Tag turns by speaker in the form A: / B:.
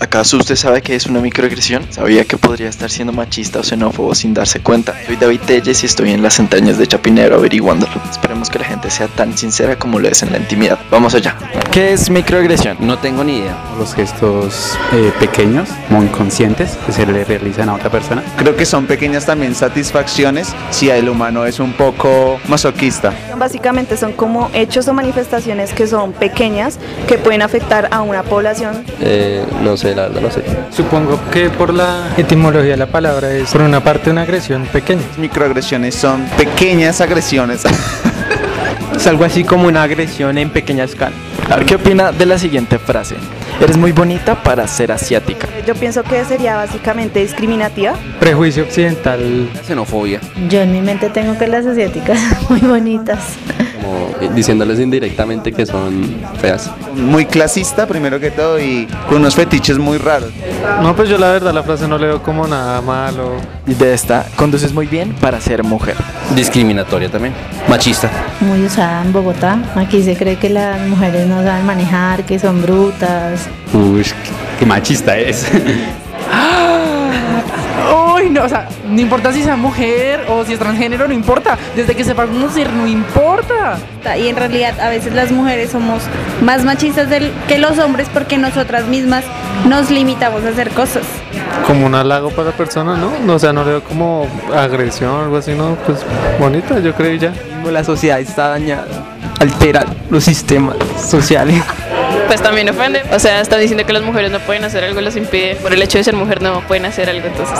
A: ¿Acaso usted sabe que es una microagresión? Sabía que podría estar siendo machista o xenófobo sin darse cuenta. Soy David Telles y estoy en las entrañas de Chapinero averiguándolo. Esperemos que la gente sea tan sincera como lo es en la intimidad. Vamos allá.
B: ¿Qué es microagresión?
C: No tengo ni idea.
D: Los gestos eh, pequeños o inconscientes que se le realizan a otra persona.
E: Creo que son pequeñas también satisfacciones si el humano es un poco masoquista.
F: Básicamente son como hechos o manifestaciones que son pequeñas, que pueden afectar a una población.
C: Eh, no sé, la verdad, no sé.
G: Supongo que por la etimología de la palabra es por una parte una agresión pequeña.
E: Microagresiones son pequeñas agresiones.
H: Es algo así como una agresión en pequeña escala.
A: A ver, ¿qué opina de la siguiente frase? Eres muy bonita para ser asiática.
F: Yo pienso que sería básicamente discriminativa.
G: Prejuicio occidental.
C: Xenofobia.
I: Yo en mi mente tengo que las asiáticas son muy bonitas.
C: Como eh, diciéndoles indirectamente que son feas.
E: Muy clasista primero que todo y con unos fetiches muy raros.
G: No, pues yo la verdad la frase no le veo como nada malo.
A: Y de esta, conduces muy bien para ser mujer.
C: Discriminatoria también. Machista.
I: Muy usada en Bogotá. Aquí se cree que las mujeres no saben manejar, que son brutas.
D: Uy, qué- qué machista es.
J: Uy, no, o sea, no importa si sea mujer o si es transgénero, no importa. Desde que sepa conocer, no importa.
I: Y en realidad a veces las mujeres somos más machistas del- que los hombres porque nosotras mismas nos limitamos a hacer cosas.
G: Como un halago para la persona, ¿no? No, O sea, no le veo como agresión o algo así, ¿no? Pues bonita, yo creo y ya.
H: La sociedad está dañada, altera los sistemas sociales.
K: Pues también ofende. O sea, están diciendo que las mujeres no pueden hacer algo, los impide. Por el hecho de ser mujer no pueden hacer algo, entonces.